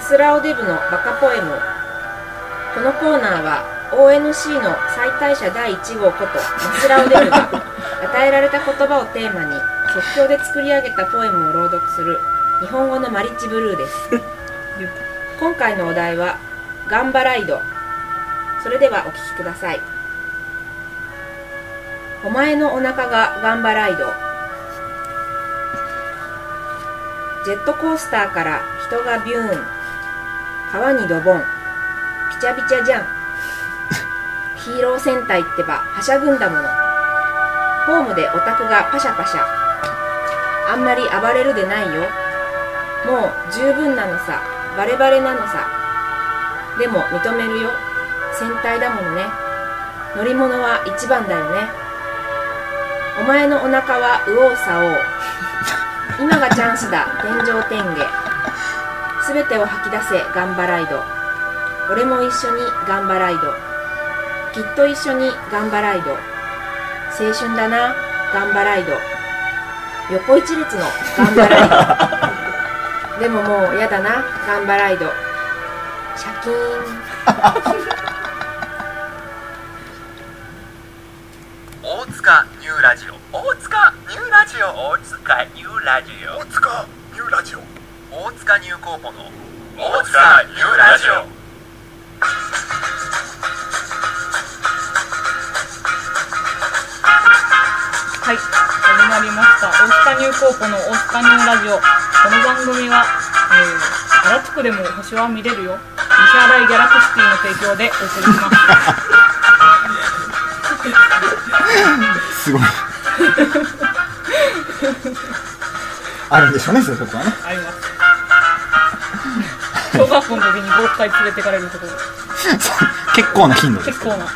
スラオデブのバカポエムこのコーナーは ONC の最大者第1号ことマスラオデブが与えられた言葉をテーマに即興で作り上げたポエムを朗読する日本語のマリッジブルーです今回のお題は「ガンバライド」それではお聞きくださいお前のお腹がガンバライドジェットコースターから人がビューン川にドボンピチャピチャじゃんヒーロー戦隊ってばはしゃぐんだものホームでオタクがパシャパシャあんまり暴れるでないよもう十分なのさバレバレなのさでも認めるよ戦隊だものね乗り物は一番だよねお前のお腹は右往左往今がチャンスだ天上天下すべてを吐き出せガンバライド俺も一緒にガンバライドきっと一緒にガンバライド青春だなガンバライド横一列のガンバラ イドでももうやだなガンバライドシャキーン大塚ニューラジオ大塚ニューラジオ大塚ニューラジオ大塚ニューラジオ大塚ニューコーポの大塚ニューラジオはい、始まりました。大塚ニュー高校の大塚ニューラジオ。この番組は、えー、ガラ地区でも星は見れるよ。西新井ギャラクシティの提供でお送りします。すごい。あるんでしょうね、そういうことはね。 あります。小学校の時に豪快に連れてかれるところ。結構な頻度です結けど。構な。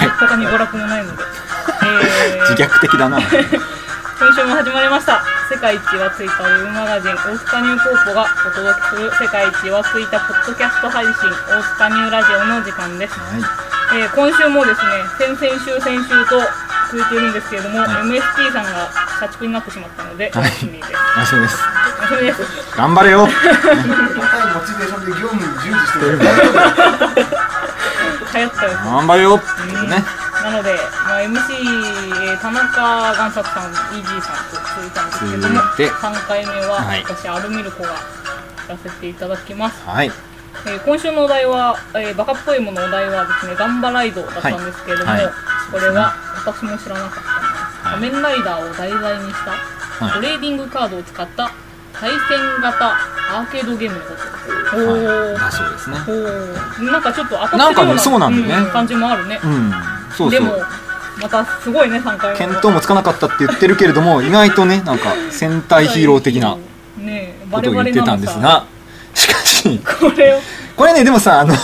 大阪に娯楽もないので。 え自ー、虐的だな。今週も始まりました。世界一はついたウェブマガジン、大塚ニューコーポがお届けする世界一はついたポッドキャスト配信、大塚ニューラジオの時間です。はい。えー今週もですね、先々週、先週と続いているんですけれども、MST さんが社畜になってしまったので、おはい休みです。楽しみです。お休みです。頑張れよ。高いモチベーションで業務に従事してるから流行ったよ。頑張れよ。ね。なので、まあ、MC、えー田中贋作さん、イージーさんと続いたんですけれども、続いて3回目ははい私、アルミルコがやらせていただきます。はい。えー今週のお題は、えーバカっぽいものお題はですね、ガンバライドだったんですけれども、はいはいこれは私も知らなかったな、はい仮面ライダーを題材にした、はいトレーディングカードを使った対戦型アーケードゲームのこと。おはい。ーだそうですね。おーなんかちょっと当たってるようななんかねそうなんだよねう感じもあるね。うん。そうでそもう。またすごいね3回目見当もつかなかったって言ってるけれども、意外とね、なんか戦隊ヒーロー的なねえバこレとをバ言レってなたんのですさが、しかし、これをこれね、でもさ、あの、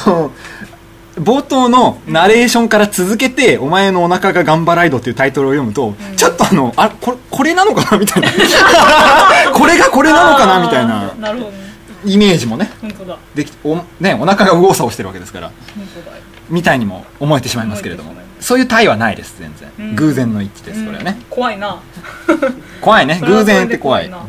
冒頭のナレーションから続けて、お前のお腹がガンバライドっていうタイトルを読むと、んちょっとあの、あ、これ、これなのかなみたいな。 これがこれなのかなみたいあなーなるほどねイメージもね、本当だでき、お、ね、お腹が右往左往してるわけですから、本当だみたいにも思えてしまいますけれども思えてしまい。そういう体はないです、全然。うん偶然の一致です、これはねうん。怖いな怖いね。それは偶それで然って怖い。な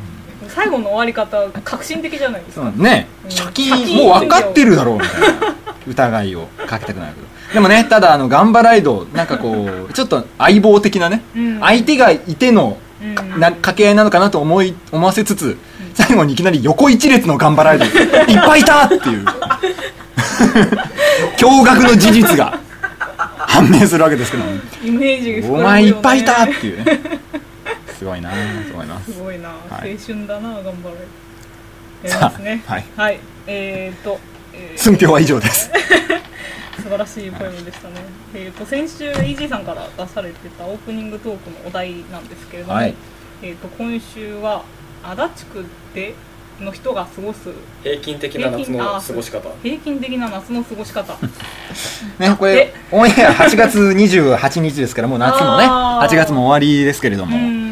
最後の終わり方革新的じゃないですそかうねう、んシャシャキキーーンンもう分かってるだろうみたいな疑いをかけたくなるけどでもねただあのガンバライドなんかこうちょっと相棒的なね、うん相手がいてのうんな掛け合いなのかなと思い思わせつつ最後にいきなり横一列のガンバ ライドいっぱいいたっていう驚愕の事実が判明するわけですけどイメージが膨らむおよ前ねいっぱいいたっていう ねすごいなと思いますすごいな青い春だな頑張れさやありますねはいはいえーっとえー寸評は以上です素晴らしいポエムでしたね。えー、と先週、イージーさんから出されてたオープニングトークのお題なんですけれども、はいえー、と今週は足立区での人が過ごす平均的な夏の過ごし方平均的な夏の過ごし 方ね、これで、オンエア8月28日ですから、もう夏もね、あー8月も終わりですけれどうーも、ん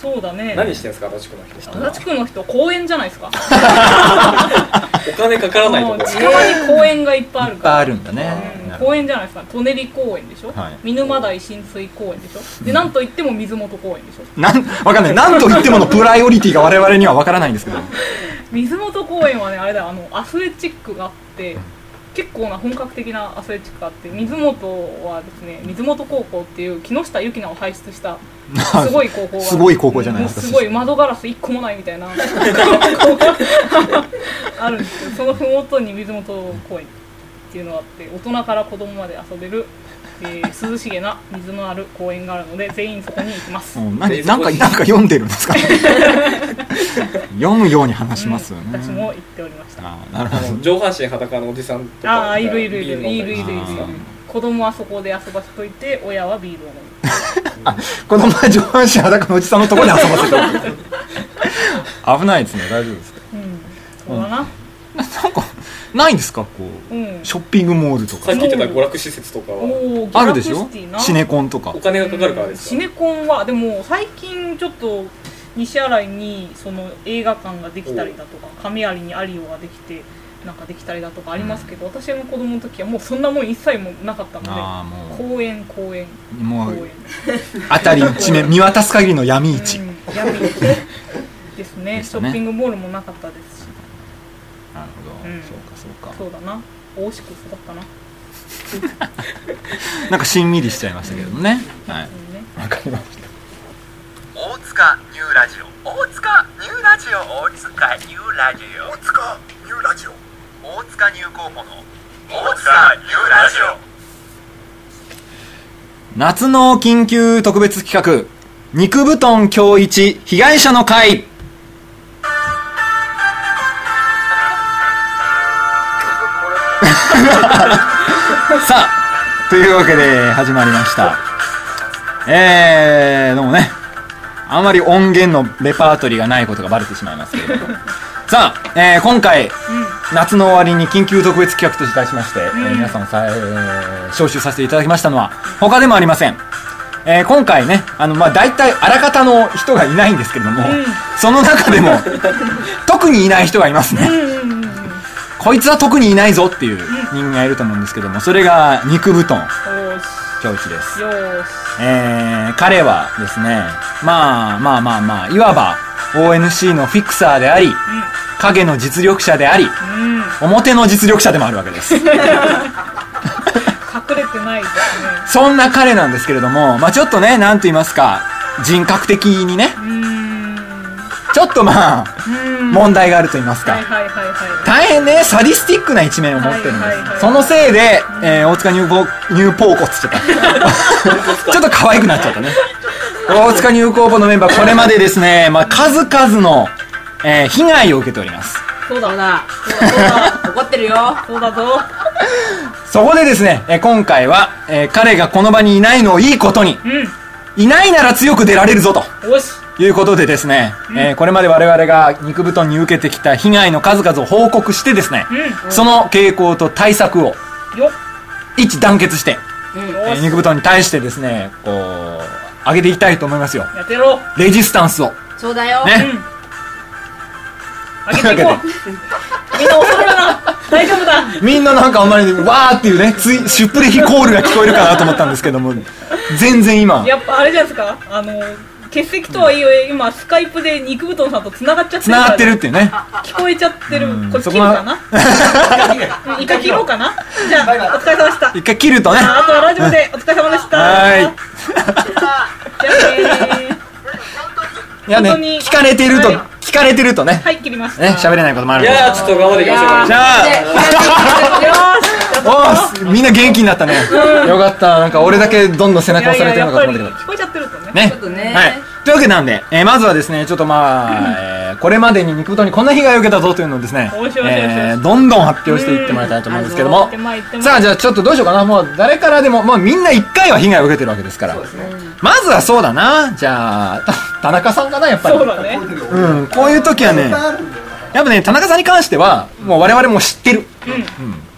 そうだね何してんすか足立区の人足立区の人公園じゃないですかお金かからないもとうこ近場に公園がいっぱいあいるっぱいかあらるんだね。うんなるほ公園じゃないですか舎人公園でしょ、はい見沼台親水公園でしょでなんといっても水元公園でしょどなん、わかんない。なんと言ってものプライオリティが我々にはわからないんですけど。水元公園はねあれだよあのアスレチックがあって結構な本格的なアスレチックがあって水元はですね水元高校っていう木下ゆきなを輩出 したすごい高校がすごい高校じゃないですかもうすごい窓ガラス一個もないみたい なあるんですけどそのふもとに水元公園っていうのがあって大人から子供まで遊べる、えー涼しげな水のある公園があるので全員そこに行きます、うん何なんかなんか読んでるんです か読むように話しますよね、私も行っておりましたあーなるあほどの上半身裸のおじさんとかああいるいるいるビールいる飲んだりいるいるあー子供はそこで遊ばせといて親はビールを飲む子供は上半身裸のおじさんのところで遊ばせておく 危ないですね大丈夫ですかうんそうだななんかないんですかこう、うんショッピングモールとさかっき言ってた娯楽施設とかはおーあるでしギャラょクシティなシネコンとかお金がかかるからですシかネコンはでも最近ちょっと西新井にその映画館ができたりだとか神有にアリオができてなんかできたりだとかありますけど、私の子供の時はもうそんなもん一切もなかったのああもで公園公園うも公う園辺り一面見渡す限りの闇市、うん、闇市ですね でしシたョねッピングモールもなかったですしなるほど、うんそうかそうかそうだな惜しく育ったな、なんかしんみりしちゃいましたけどもね、はいうんねわかりました大塚ニューラジオ大塚ニューラジオ大塚ニューラジオ大塚ニューラジオ大塚ニュー候補の大塚ニューラジオ夏の緊急特別企画肉布団今日一被害者の会さあというわけで始まりましたえー、どうもねあまり音源のレパートリーがないことがバレてしまいますけれどもさあ、えー今回夏の終わりに緊急特別企画として題しまして、えー皆さんをさ、えー招集させていただきましたのは他でもありません、えー今回ねあの、まあ、大体あらかたの人がいないんですけれども、その中 でも特にいない人がいますね、うんうんうんうんこいつは特にいないぞっていう人間がいると思うんですけどもそれが肉布団よーし長一ですよーしえー彼はですね、まあまあまあまあ、いわば ONC のフィクサーであり、影の実力者であり、うん表の実力者でもあるわけです。 隠れてないですねそんな彼なんですけれども、まあちょっとね、なんと言いますか、人格的にねう、ーんうちょっとまあ、ーん問題があると言いますはいか。はいはいは大変ね、サディスティックな一面を持ってるんではいはいはす。いそのせいで、えー大塚ニューボニューポーコ ツって言っちゃった。ちょっと可愛くなっちゃったね。大塚ニューコーポのメンバー、これまでですね、まあ数々の、えー被害を受けております。いそうだだ怒ってるよそうだぞそこでですね、えー今回は、えー彼がこの場にいないのをいいことに、ういないなら強く出られるぞと。んよしということでですね、えーこれまで我々が肉布団に受けてきた被害の数々を報告してですね、うその傾向と対策をんよっ一致団結して、えよーし肉布団に対してですね、こう、上げていきたいと思いますよ。やってろレジスタンスを。そうだよ、ね。うん上げていこうみんな恐れるな大丈夫だみんななんかあんまり、わーっていうね、つい、シュプレヒコールが聞こえるかなと思ったんですけども、全然今、やっぱあれじゃないですかあの欠席とはいえ今スカイプで肉布団さんと繋がっちゃってる繋がってるっかていうね。ら聞こえちゃってるうんこれ切るかな うん一回切ろうかなじゃあバイバイお疲れ様でした一回切るとね。あとはラジオでお疲れ様でしたはじゃあねーーい。いやね本当に、聞かれてるとはい、聞かれてるとね、はい切りましたね、喋れないこともあるいけど。やーちょっと頑張っていきましょうじゃあ、よーしおおみんな元気になったね、よかったなんか俺だけどんどん背中押されてるのかと思ったけど聞こえちゃってるとねねちょっとねはい、というわけなんで、えーまずはですねちょっとまあ、えーこれまでに肉豚にこんな被害を受けたぞというのをですねおいしいおいしいおいしいえーどんどん発表していってもらいたいと思うんですけども手前行ってもさあじゃあちょっとどうしようかなもう誰からでも、まあ、みんな1回は被害を受けてるわけですからまずはそうだなじゃあた 田中さんかなやっぱりそうだね覚えてるようん、こういう時はねいっぱいあるんだよやっぱね田中さんに関してはもう我々も知ってる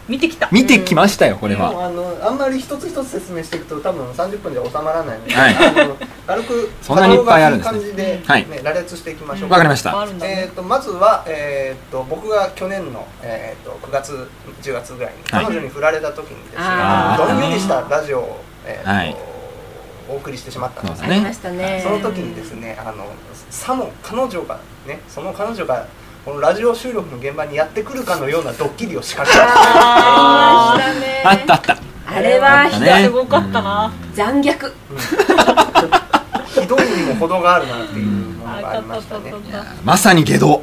見てきた見てきましたよこれなはでもあのあんまり一つ一つ説明していくと多分30分じゃ収まらないので、はいあの軽くそんなにいっぱいあるんですね感じで、ねはい羅列していきましょうわかりましたあるんだえねー、とまずは、えー、と僕が去年の、えー、と9月10月ぐらいにはい彼女に振られた時にですね、あーどんよりしたラジオを、えーとはいお送りしてしまったんそうですですありねましたねその時にですねあのさも彼女がねその彼女がこのラジオ収録の現場にやってくるかのようなドッキリを仕掛けあーあったあったあれはひどあっいたねすごかったな。残虐た ひどいにも程があるなっていうものがありましたねまさに下道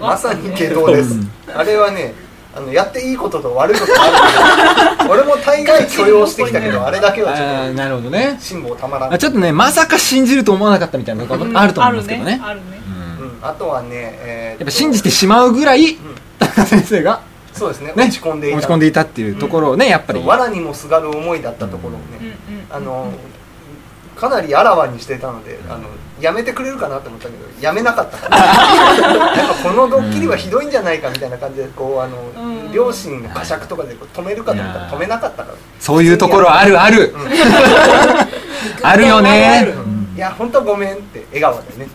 まさに下道ですうんあれはねあのやっていいことと悪いことがあるけど俺も大概許容してきたけどあれだけはちあょーっなるほどねと辛抱たまらんあちょっとねまさか信じると思わなかったみたいなとこもあると思いますけどねあるね。うんうん、あとはね、えーっやとっぱ信じてしまうぐらい田中先生がそうですねね落ち込んでいた落ち込んでいたっていうところをねやっぱりわらにもすがる思いだったところをね、うんうん。あのかなりあらわにしてたのであのやめてくれるかなと思ったけどやめな かったからやっぱこのドッキリはひどいんじゃないかみたいな感じでこうあの、うん両親の呵責とかでこう止めるかと思ったいらやー止めなかったからそういうところあるあるあるよねいや本当ごめんって笑顔でね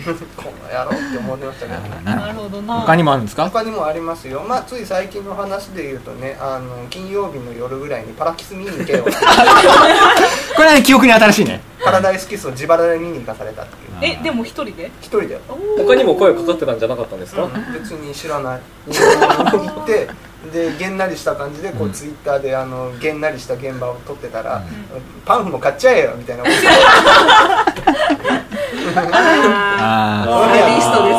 この野郎って思ってましたけどあなるなほるほどどな。他にもあるんですか他にもありますよ、まあ、つい最近の話で言うとねあの金曜日の夜ぐらいにパラキス見に行け よこれはね記憶に新しいねパラダイスキスを自腹で見に行かされたっていうえ、でも一人で。一人だよ他にも声かかってたんじゃなかったんですか、別に知らない行ってでげんなりした感じでこう、ツイッターであのげんなりした現場を撮ってたら、パンフも買っちゃえよみたいなこと言ってトですねあアーティスその日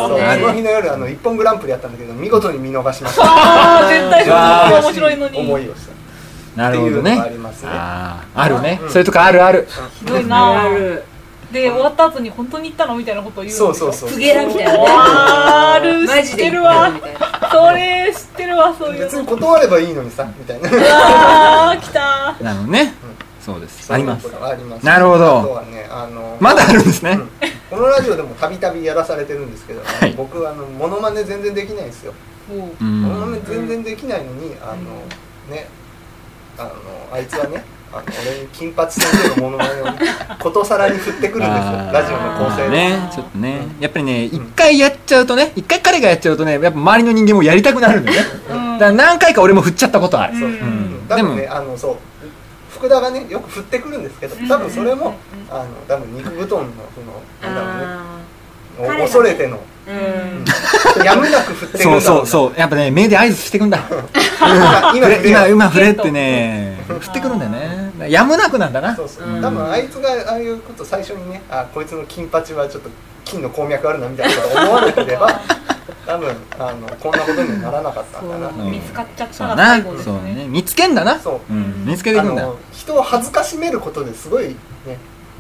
そうその日の夜あの一本グランプリやったんだけど見事に見逃しましたああ、絶対そっちの方が面白いの思いに。をしたっあなてるいほうどのがあねりますねあああるねうんそういうとこあるあるひどいな。るで、終わった後に本当に行ったのみたいなことを言う。そうそう。そうプゲラみたいなねある、マ知ジっで言っててるるわみ。たいなそれ、知ってるわ、そういう別にの。断ればいいのにさみたいなああ、来た。なるほどねそうですありますそういうことがありますなるほどあとはねあのまだあるんですねうんこのラジオでもたびたびやらされてるんですけど、はい僕あのモノマネ全然できないんですよもうモノマんネ全然できないのにあのねあのあいつはねあの俺に金髪先生のモノマネをことさらに振ってくるんですよあーラジオの構成で、ねちょっとねやっぱりね一回やっちゃうとね一回彼がやっちゃうとねやっぱ周りの人間もやりたくな るんだよねう。うだんか。ら何回か俺も振っちゃったことあるそう、うん多分でねあのそう福田がねよく振ってくるんですけど多分それうんうも、んあの多分肉布団のそのなんだあろ彼うがねねお恐れての、ーうんやむなく振ってくるんだそろううそううそうやっぱね目で合図してくんだ今今今振れ今よ今振れってね振ってくるんだよねだからやむなくなんだなそうそう、うん多分あいつがああいうこと最初にねあこいつの金八はちょっと金の鉱脈あるなみたいなこと思わなけれ ば多分あのこんなことにはならなかったんだなそううん見つかっちゃったそうらな最後ですそうね。ね見つけんだなそううん見つけてあくんだの人を恥ずかしめることですごいね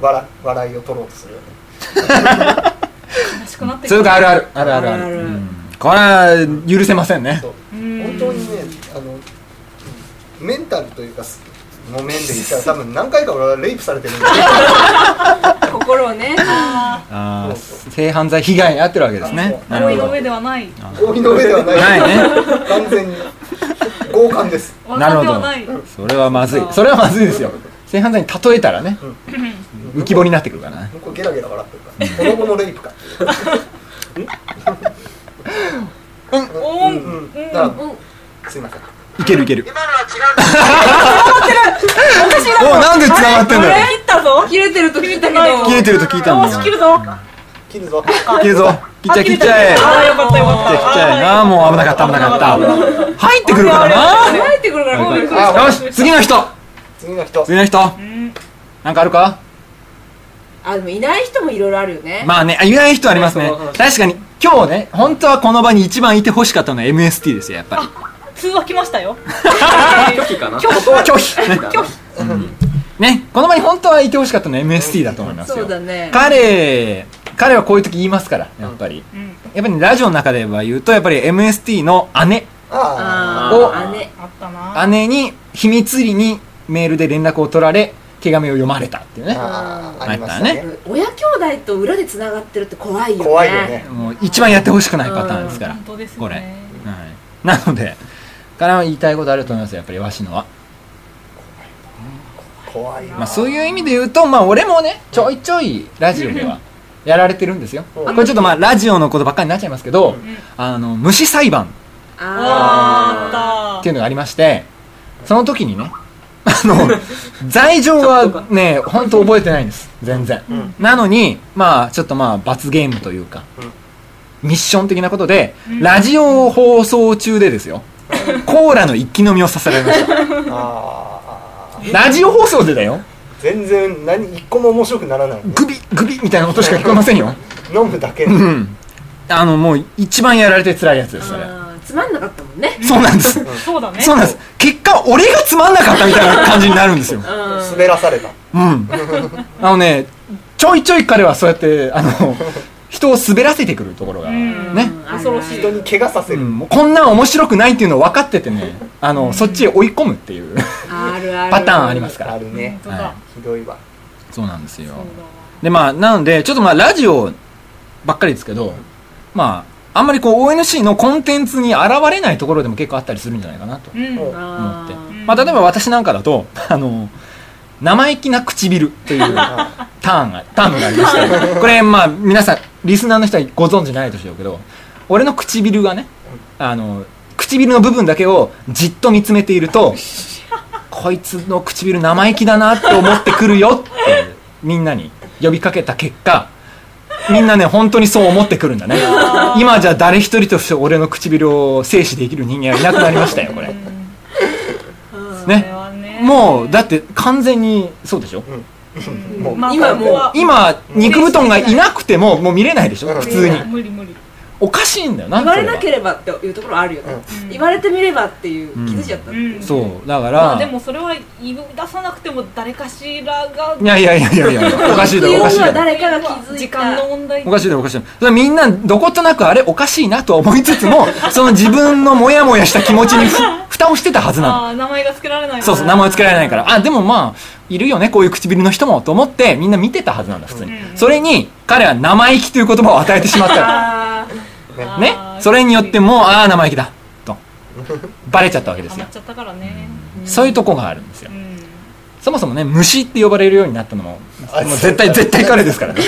笑笑いを取ろうとするよね悲しくなってそういうかあるあるあるあるあるああるるうんこれは許せませんねそう本本当にねあのメンタルというかすの面で言ったら多分何回か俺はレイプされてるん だよ心をねあーそうそ性犯罪被害に遭ってるわけですねそう思なるいほのど上ではない合意の上ではないないね完全に強姦ですな若るほ手どはないそれはまずいそれはまずいですよ性犯罪に例えたらね浮き彫りになってくるからね向こうゲラゲラ笑ってるから子供のレイプかっていうおんうん、うんだかうんらすいませんいけるいける今のは違うんですおなんで繋がってんだよ切ったぞ切れてると聞いたけど切れてると聞いたんよだしよ切るぞ切るぞ切るぞ切っちゃえ切っちゃえああよかったよちっちゃいかっなもう危なかった危なかった入ってくるからな入ってくるからもうびっくりしたよし次の人次の人次の人たうんなんかあるかあでもいない人もいろいろあるよねまあねあいない人ありますねそうそうそう確かに今日ね本当はこの場に一番いてほしかったのは MST ですよやっぱり通話来ました よ拒否かな拒否ねねこの場に本当はいてほしかったのは MST だと思いますよそうだね彼彼はこういう時言いますからやっぱり、うんやっぱりラジオの中では言うとやっぱり MST の姉ああおあ姉あったな姉に秘密裏にメールで連絡を取られ手紙を読まれたっていうーねあーあありましたね親兄弟と裏でつながってるって怖いよね怖いよねもう一番やってほしくないパターンですから、本当ですこれねはい、なので彼は言いたいことあると思いますよやっぱりわしのは、怖いよまあ、そういう意味で言うと、まあ、俺もねちょいちょいラジオではやられてるんですよこうんれちょっとまあラジオのことばっかりになっちゃいますけど、あの虫裁判ああっあてーあっいうのがありましてその時にねあの罪状はね本当覚えてないんです全然、んなのにまあちょっとまあ罰ゲームというか、うんミッション的なことで、うんラジオ放送中でですよ、コーラの一気飲みをさせられましたあーラジオ放送でだよ全然何一個も面白くならないグビグビみたいな音しか聞こえませんよ飲むだけうでんあのもう一番やられて辛いやつですそれあーつまんなかったもんねそうなんですそうだねそうなんです結果俺がつまんなかったみたいな感じになるんですよ滑らされたうん。あのね、ちょいちょい彼はそうやって、あの、人を滑らせてくるところが、うんね。恐ろしい人に怪我させうるん、もうこんなん面白くないっていうのを分かっててね、あの、そっちへ追い込むっていうあるあるパターンありますかあら。るね本当だはいひどいわそうなんですよそう。で、まあ、なので、ちょっとまあ、ラジオばっかりですけど、まあ、あんまりこう、ONC のコンテンツに現れないところでも結構あったりするんじゃないかなとだわうん思って。あまあ、例えば私なんかだと、 あの、生意気な唇という、あターンが、タームがありました。これ、まあ、皆さん、リスナーの人はご存知ないでしょうけど、俺の唇がね、あの、唇の部分だけをじっと見つめていると、こいつの唇生意気だなって思ってくるよっていう、みんなに呼びかけた結果、みんなね、本当にそう思ってくるんだね。今じゃ誰一人として俺の唇を静止できる人間はいなくなりましたよ、これ。これね。はねもう、だって完全に、そうでしょうんもうまあ今もうこれは今肉布団がいなくてももう見れないでしょ普通に無理無理おかしいんだよな言われなそければっていうところあるよね、うん言われてみればっていう気づいちゃった、うんれはそうだから、まあでもそれは言い出さなくても誰かしらがいやいやいやいやい やおかしいだろおかし言ういのはだろ誰かが気づいた時間の問題おかしいだろおかしいだろそれみんなどことなくあれおかしいなとは思いつつ もその自分のモヤモヤした気持ちにふ蓋をしてたはずなのああ名前が付けられないそうそう名前つけられないからあでもまあいるよねこういう唇の人もと思ってみんな見てたはずなんだ普通に、うんそれに彼は生意気という言葉を与えてしまった のあーねねあーそれによってもうああ生意気だとバレちゃったわけですハマよっちゃったからねそういうとこがあるんですようんそもそもね虫って呼ばれるようになったのもあもう絶対絶対彼です からね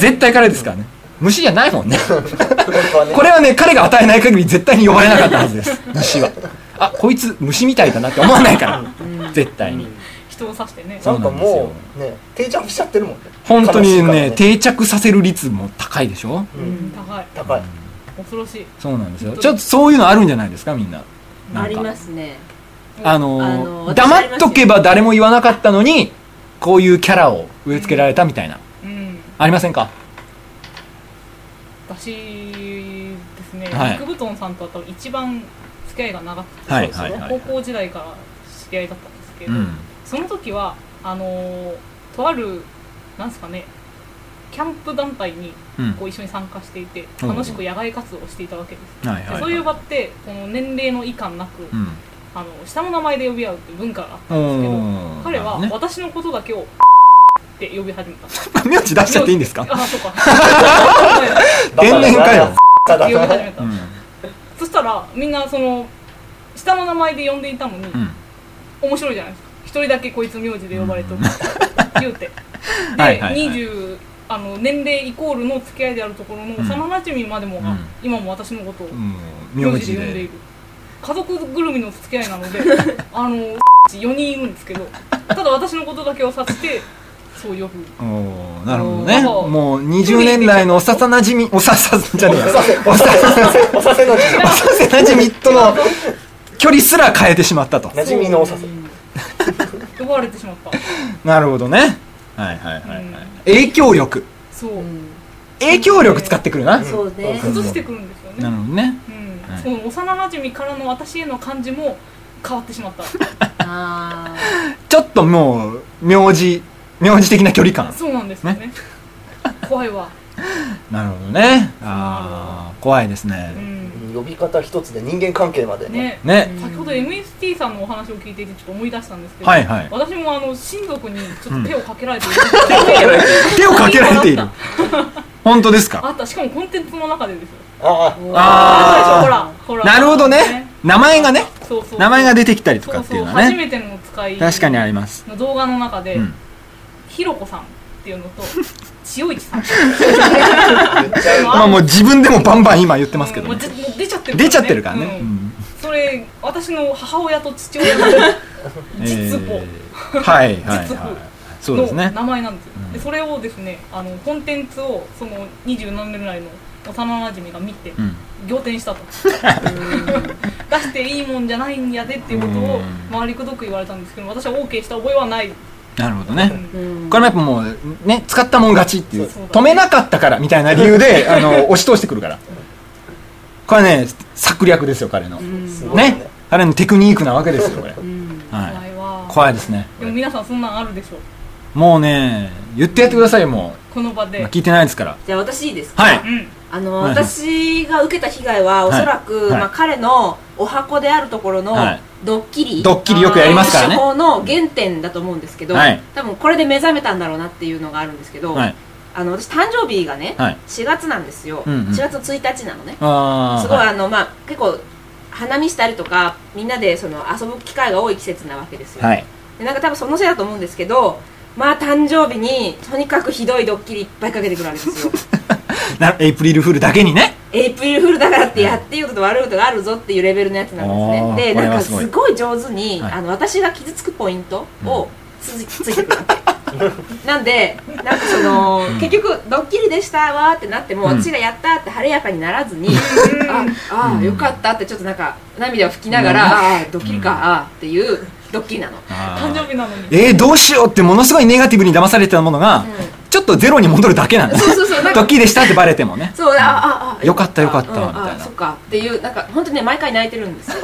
絶対彼ですからね虫じゃないもんね本当はねこれはね彼が与えない限り絶対に呼ばれなかったはずです虫はあこいつ虫みたいだなって思わないから絶対に人を刺してねそなんかもうね定着しちゃってるもんね本当にね悲しいから定着させる率も高いでしょうん高い高い恐ろしいそうなんですよちょっとそういうのあるんじゃないですかみんななんあかりますねあのあの私あります黙よっとけば誰も言わなかったのにこういうキャラを植え付けられたみたいなうんありませんか私ですねはい肉布団さんとは多分一番付き合いが長くてはいはいはい高校時代から知り合いだったんですけうどんその時はあのーとあるなんですかねキャンプ団体にうんこう一緒に参加していてうん楽しく野外活動をしていたわけです、はいはいはいそういう場ってこの年齢の以下なく、うんあの下の名前で呼び合うっていう文化があったんですけどお彼はね、私のことだけをって呼び始めた名字出しちゃっていいんですか あそうかごめんなさい 天然かよ、バカ呼びだな始めた、そしたらみんなその下の名前で呼んでいたのに、うん面白いじゃないですか一人だけこいつ名字で呼ばれてる言う てで、はいはいはい20あの年齢イコールの付き合いであるところのうん幼なじみまでもが、うん今も私のことをうん、名名字字で呼んでいでる家族ぐるみの付き合いな のであの4人いるんですけどただ私のことだけを指してそう呼ぶおーなるほどねそうもう20年来のおささなじみおささじゃねえやおさせおさおさせの馴おさせなじみとの距離すら変えてしまったと染みのおさせ呼ばれてしまったなるほどねはいはいはい、はいうん影響力そうう映ん影響力使ってくるな、んそうねうんしてくるんですよねなるほどねうんはいその幼なじみからの私への感じも変わってしまったあちょっともう名字名字的な距離感そうなんですよね怖いわ、なるほどねああ怖いですねう、ん、呼び方一つで人間関係までねねね先ほど MST さんのお話を聞いていてちょっと思い出したんですけど、はいはい私もあの親族にちょっと手をかけられている、手をかけられている本当ですあかったしかもコンテンツの中でですよあーほ あらほらなるほどね名前がねそうそう名前が出出てきたりとそかうっていそううのは初ねめての使い確かにありますの動画の中で、うんひろこさんっていうの と千代市さんあ言っちゃうまあもう自分でもバンバン今言ってますけどもねうぜもう出ちゃってるからね出ちゃってるからねううんんそれ私の母親と父 親の実え母ーはいはい実は母 いそうですのね名前なんですよ、でそれをですねあのコンテンツをその20何年来の幼なじみが見て、うん仰天 したと出していいもんじゃないんやでっていうことうをん周りくどく言われたんですけど私は OK した覚えはない、なるほどねうんこれもやっぱもうね使ったもん勝ちっていうそうそう止めなかったからみたいな理 由であの押し通してくるからこれね策略ですよ彼のうんすごいね彼のテクニックなわけですよこれうん場合はいは怖いですねでも皆さんそんなんあるでしょもうね言ってやってくださいよもこの場うで、まあ聞いてないですからじゃあ私いいですか、はいうんあのはい私が受けた被害はおそらく、はいはいまあ、彼のお箱であるところのはいドッキリ、ドッキリよくやりますから手ね法の原点だと思うんですけど、はい多分これで目覚めたんだろうなっていうのがあるんですけど、はいあの私誕生日がね、はい4月なんですよ、うんうん4月の1日なのねああすごいあの、まあ、結構花見したりとかみんなでその遊ぶ機会が多い季節なわけですよ、はいでなんか多分そのせいだと思うんですけどまあ誕生日にとにかくひどいドッキリいっぱいかけてくるわけ ですよなエイプリルフールだけにねエイプリルフールだからってやっていいことと悪いことがあるぞっていうレベルのやつなんあーですねでこなれんはかすごいすごい上手に、はいあの私が傷つくポイントをつ,、ついてくるわけ なんでなんかその、結局「ドッキリでしたわ」ってなっても、うん私が「やった」って晴れやかにならずに「ああーよかった」ってちょっとなんか涙を拭きながら「ああードッキリか、ああ」っていうドッキリなの。誕生日なのにえー、どうしようってものすごいネガティブに騙されてたものが、ちょっとゼロに戻るだけなんですそうそうそうなんかドッキリでしたってバレてもねそうあああよかったよかったうんみたいなあそっかっていうなんか本当にね毎回泣いてるんですよ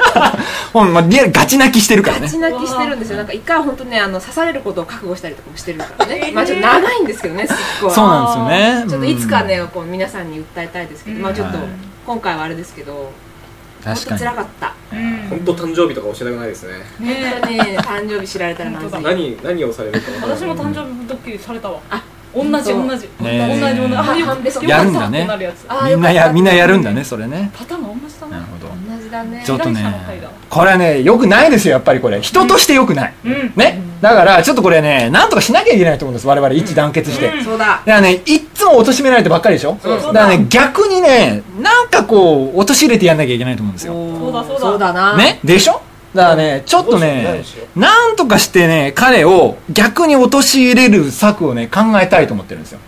ほんまリアルガチ泣きしてるからねガチ泣きしてるんですよなんか一回は本当ねあの刺されることを覚悟したりとかもしてるからね、まあちょっと長いんですけど ねすっごいそうなんですよねちょっといつかね、うんこう皆さんに訴えたいですけど、うんまあちょっとはい今回はあれですけど本確当かに辛かったうん本当誕生日とか教えたくないですね本ね当に誕生日知られたらまずい本当だ何何をされるか分から私ないも誕生日ドッキリされたわあ同じ同じ本当同じ同ねじえ同じあよか半べそったやるんだねってなるやつあーみんなよかやったみんなやるんだねそれねパターンが同じだなるなほど同じだねちょっとね依頼者の回だこれはねよくないですよやっぱりこれ人としてよくない、うんねだからちょっとこれねなんとかしなきゃいけないと思うんです我々一致団結して、うんそうだだからね、いっつも貶められてばっかりでしょそうだそかうらね、逆にね、なんかこう、陥れてやんなきゃいけないと思うんですよ。そうだそうだそうだなねでしょだからね、ちょっとどうねしよう、なんとかしてね、彼を逆に陥れる策をね、考えたいと思ってるんですよ。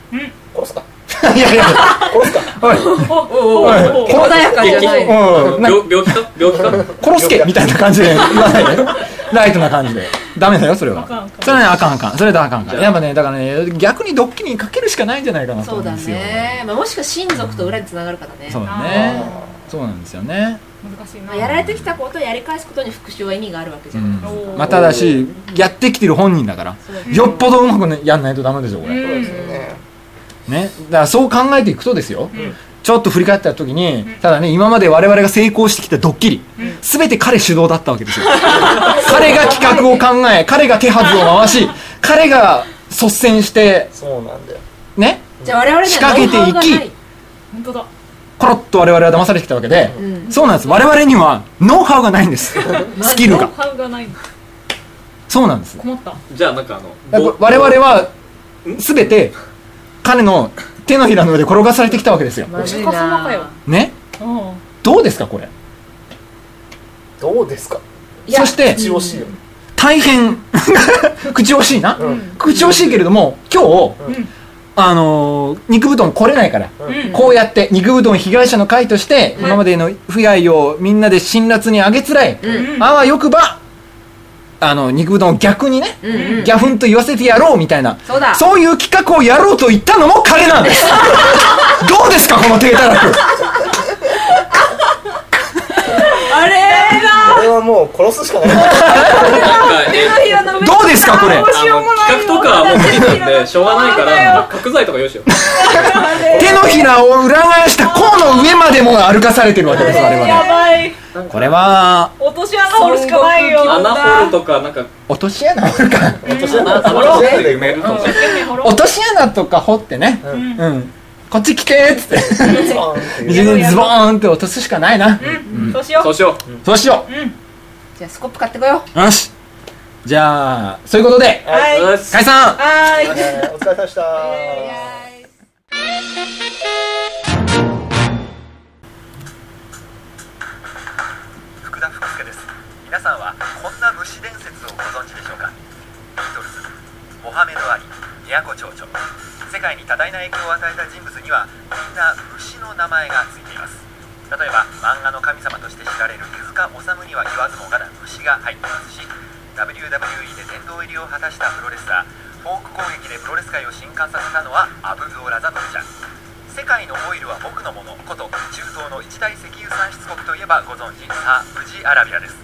殺すかいやいや、 殺すかおい、おおおいおお穏やかじゃないうん、な病病気か病気か殺すけみたいな感じで言 わないで。ライトな感じで。ダメだよ、それはあかんあか。んそれはね、あかんあかん。それだあかんあかじゃん。あやっぱね、だからね、逆にドッキリにかけるしかないんじゃないかなとそ思ううんだですよ。ね、まあ、もしくは親族と裏につながるからねそうだねあ。そうなんですよね。ー難しいまなあ、やられてきたことをやり返すことに復讐は意味があるわけじゃないですか、うんまあ、ただしやってきてる本人だからそうよっぽどうまくねやんないとダメでしょこれ、うねんそうですよねだからそう考えていくとですよ、んちょっと振り返った時に、ただね今まで我々が成功してきたドッキリ、全て彼主導だったわけですよ彼が企画を考え彼が手はずを回し彼が率先してそうなんだよねじゃあ我々には仕掛けていノウハウきがない本当だコロッと我々は騙されてきたわけで、うんそうなんです我々にはノウハウがないんですスキルノウがハウがないそうなんです困ったじゃあなんかあだからの我々は全て彼の手のひらの上で転がされてきたわけですよ、まずいお釈迦様かよなねうんどうですかこれどうですかいやそして一押しよ大変 口惜しいな、うん口惜しいけれども今日、んあのー肉布団来れないから、うんこうやって肉布団被害者の会として、今までの不被害をみんなで辛辣にあげつらい、うんあわよくばあの肉布団を逆にね、うんうんギャフンと言わせてやろうみたいなそうだそういう企画をやろうと言ったのも彼なんです どうですかこの低たらくあれこれはもう殺すしかないなんか手えのひらの上どうですかこれどうしよあうのもない企画とかはもう無理なんでしょうがないかそうら角材とか用意しよう手のひらを裏返した甲の上までも歩かされてるわけです我や々ばいこれは落とし穴掘るしかないよ穴掘るとかなんか落とし穴掘るか落とし穴穴掘掘ろうるで埋めるとか一生懸命掘ろ 落とし穴とか掘ってねうんうん、こっち聞けーっつってズボーンっていう水にズボーンって落とすしかないな、うそうしよそうしようそうしよじゃあスコップ買ってこようよしじゃあそういうことでうはいよし解散はーいえーお疲れ様でしたう福田福助です皆さんはこんな虫伝説をご存知でしょうかビートルズモハメド・アリ都町長界に多大な影響を与えた人物にはみんな牛の名前がついています例えば漫画の神様として知られる手塚治虫には言わずもがな牛が入っていますし WWE で殿堂入りを果たしたプロレスラーフォーク攻撃でプロレス界を震撼させたのはアブドゥオラザ・ブルジャ世界のオイルは僕のものこと中東の一大石油産出国といえばご存知サウジアラビアです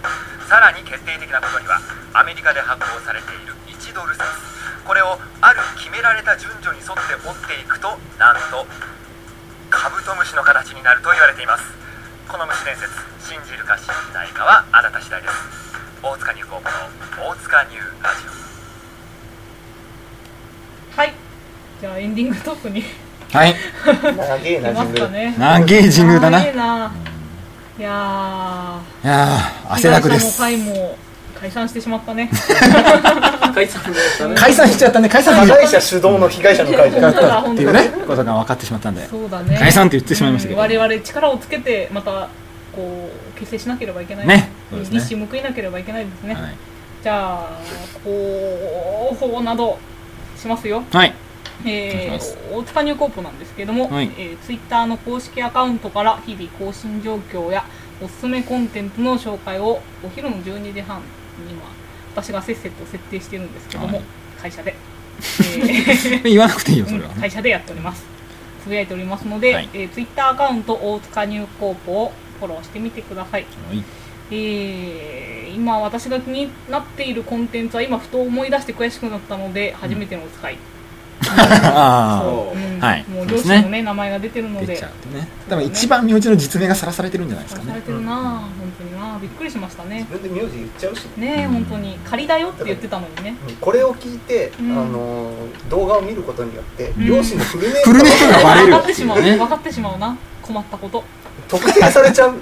さらに決定的なことにはアメリカで発行されている1ドル札これをある決められた順序に沿って折っていくとなんとカブトムシの形になると言われていますこの虫伝説信じるか信じないかはあなた次第です大塚入高校の大塚ニューラジオはいじゃあエンディングトークにはい長えいなま自すか分ね長え神宮だな長いいないややーー汗だくです被害者の会も解散してしまったね解散でしたね解散しちゃったね解散加しちゃっ害者主導の被害者の会じゃたんったっていうねことが分かってしまったんでそうだね解散って言ってしまいましたけどうん我々力をつけてまたこう結成しなければいけないねそうですね一矢報いなければいけないですね、はいじゃあ広報などしますよはいおえ願いしー、大塚ニューコーポなんですけども、はいえー、ツイッターの公式アカウントから日々更新状況やおすすめコンテンツの紹介をお昼の12時半には私がせっせと設定してるんですけども、はい会社で、えー言わなくていいよそれうはん会社でやっておりますつぶやいておりますので、はいえツイッター Twitter アカウント大塚ニューコーポをフォローしてみてくださいはいえー今私が気になっているコンテンツは今ふと思い出して悔しくなったので初めてのお使い、あそううんはいもうそう両です親ねのね名前が出てるのーで出ちゃうとね多分一番身内の実名がさらされてるんじゃないですかされねてるなあ本当になあびっくりしましたね自分で名字言っちゃうしねえうん本当に仮だよって言ってたのにねこれを聞いて、うんあのー動画を見ることによって、ん両親のフルネーフムルネがームがバレ分るかっってていしまううね分かってしまうな困ったこと特定されちゃう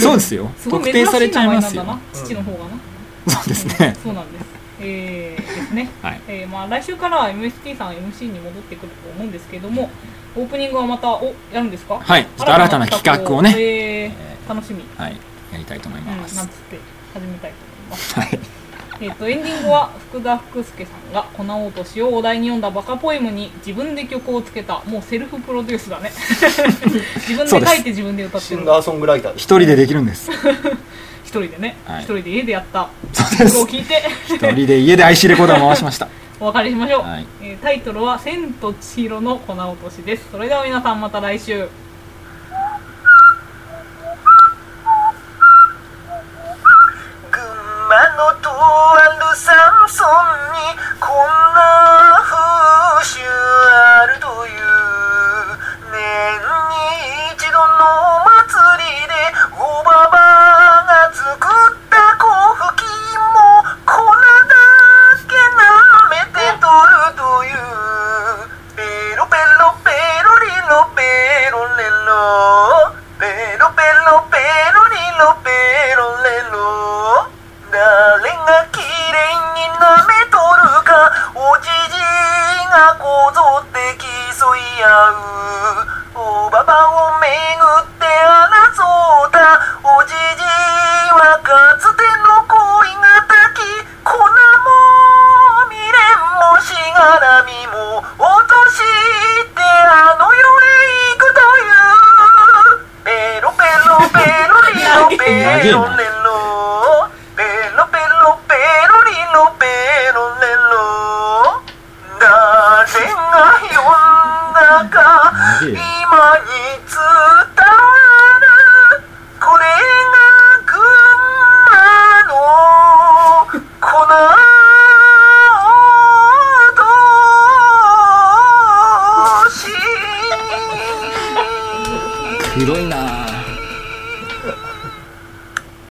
そうですよすごい特珍定しさいれちゃ名前いまなんすだよな父の方がなそうですねそうなんですえー、ですねはいえーまあ、来週から MST さん MC に戻ってくると思うんですけどもオープニングはまたおやるんですかはいちょっと新たな企画をねえー楽しみ、うん、はいやりたいと思いなんまつっすて始めたいと思いますはいえっとエンディングは福田福助さんが「粉落とし」をお題に読んだバカポエムに自分で曲をつけたもうセルフプロデュースだ ね自分そうでです書いて自分で歌ってシるンガーソングライターで一人でできるんです一人でね、はい一人で家でやったそうです曲を聴い て一人で家で IC レコーダー回しましたお別れしましょう、はいえータイトルは「千と千尋の粉落とし」ですそれでは皆さんまた来週群馬のとある山村にこんな風習あるという年に一度のお祭りでおばばが作った粉吹きも粉だけ舐めて取るというペロペロペロリロペロレロペロペロペロリロペロレロ誰が綺麗に舐めとるかおじじがこぞって競い合うおばばをめぐって争うたおじじはかつての恋がたき粉も未練もしがらみも落としてあの世へ行くというペロペロペロリロペロレロペロペロペロリロペロレロ誰が呼んだか今に伝わるこれが群馬の粉落とし広いなあ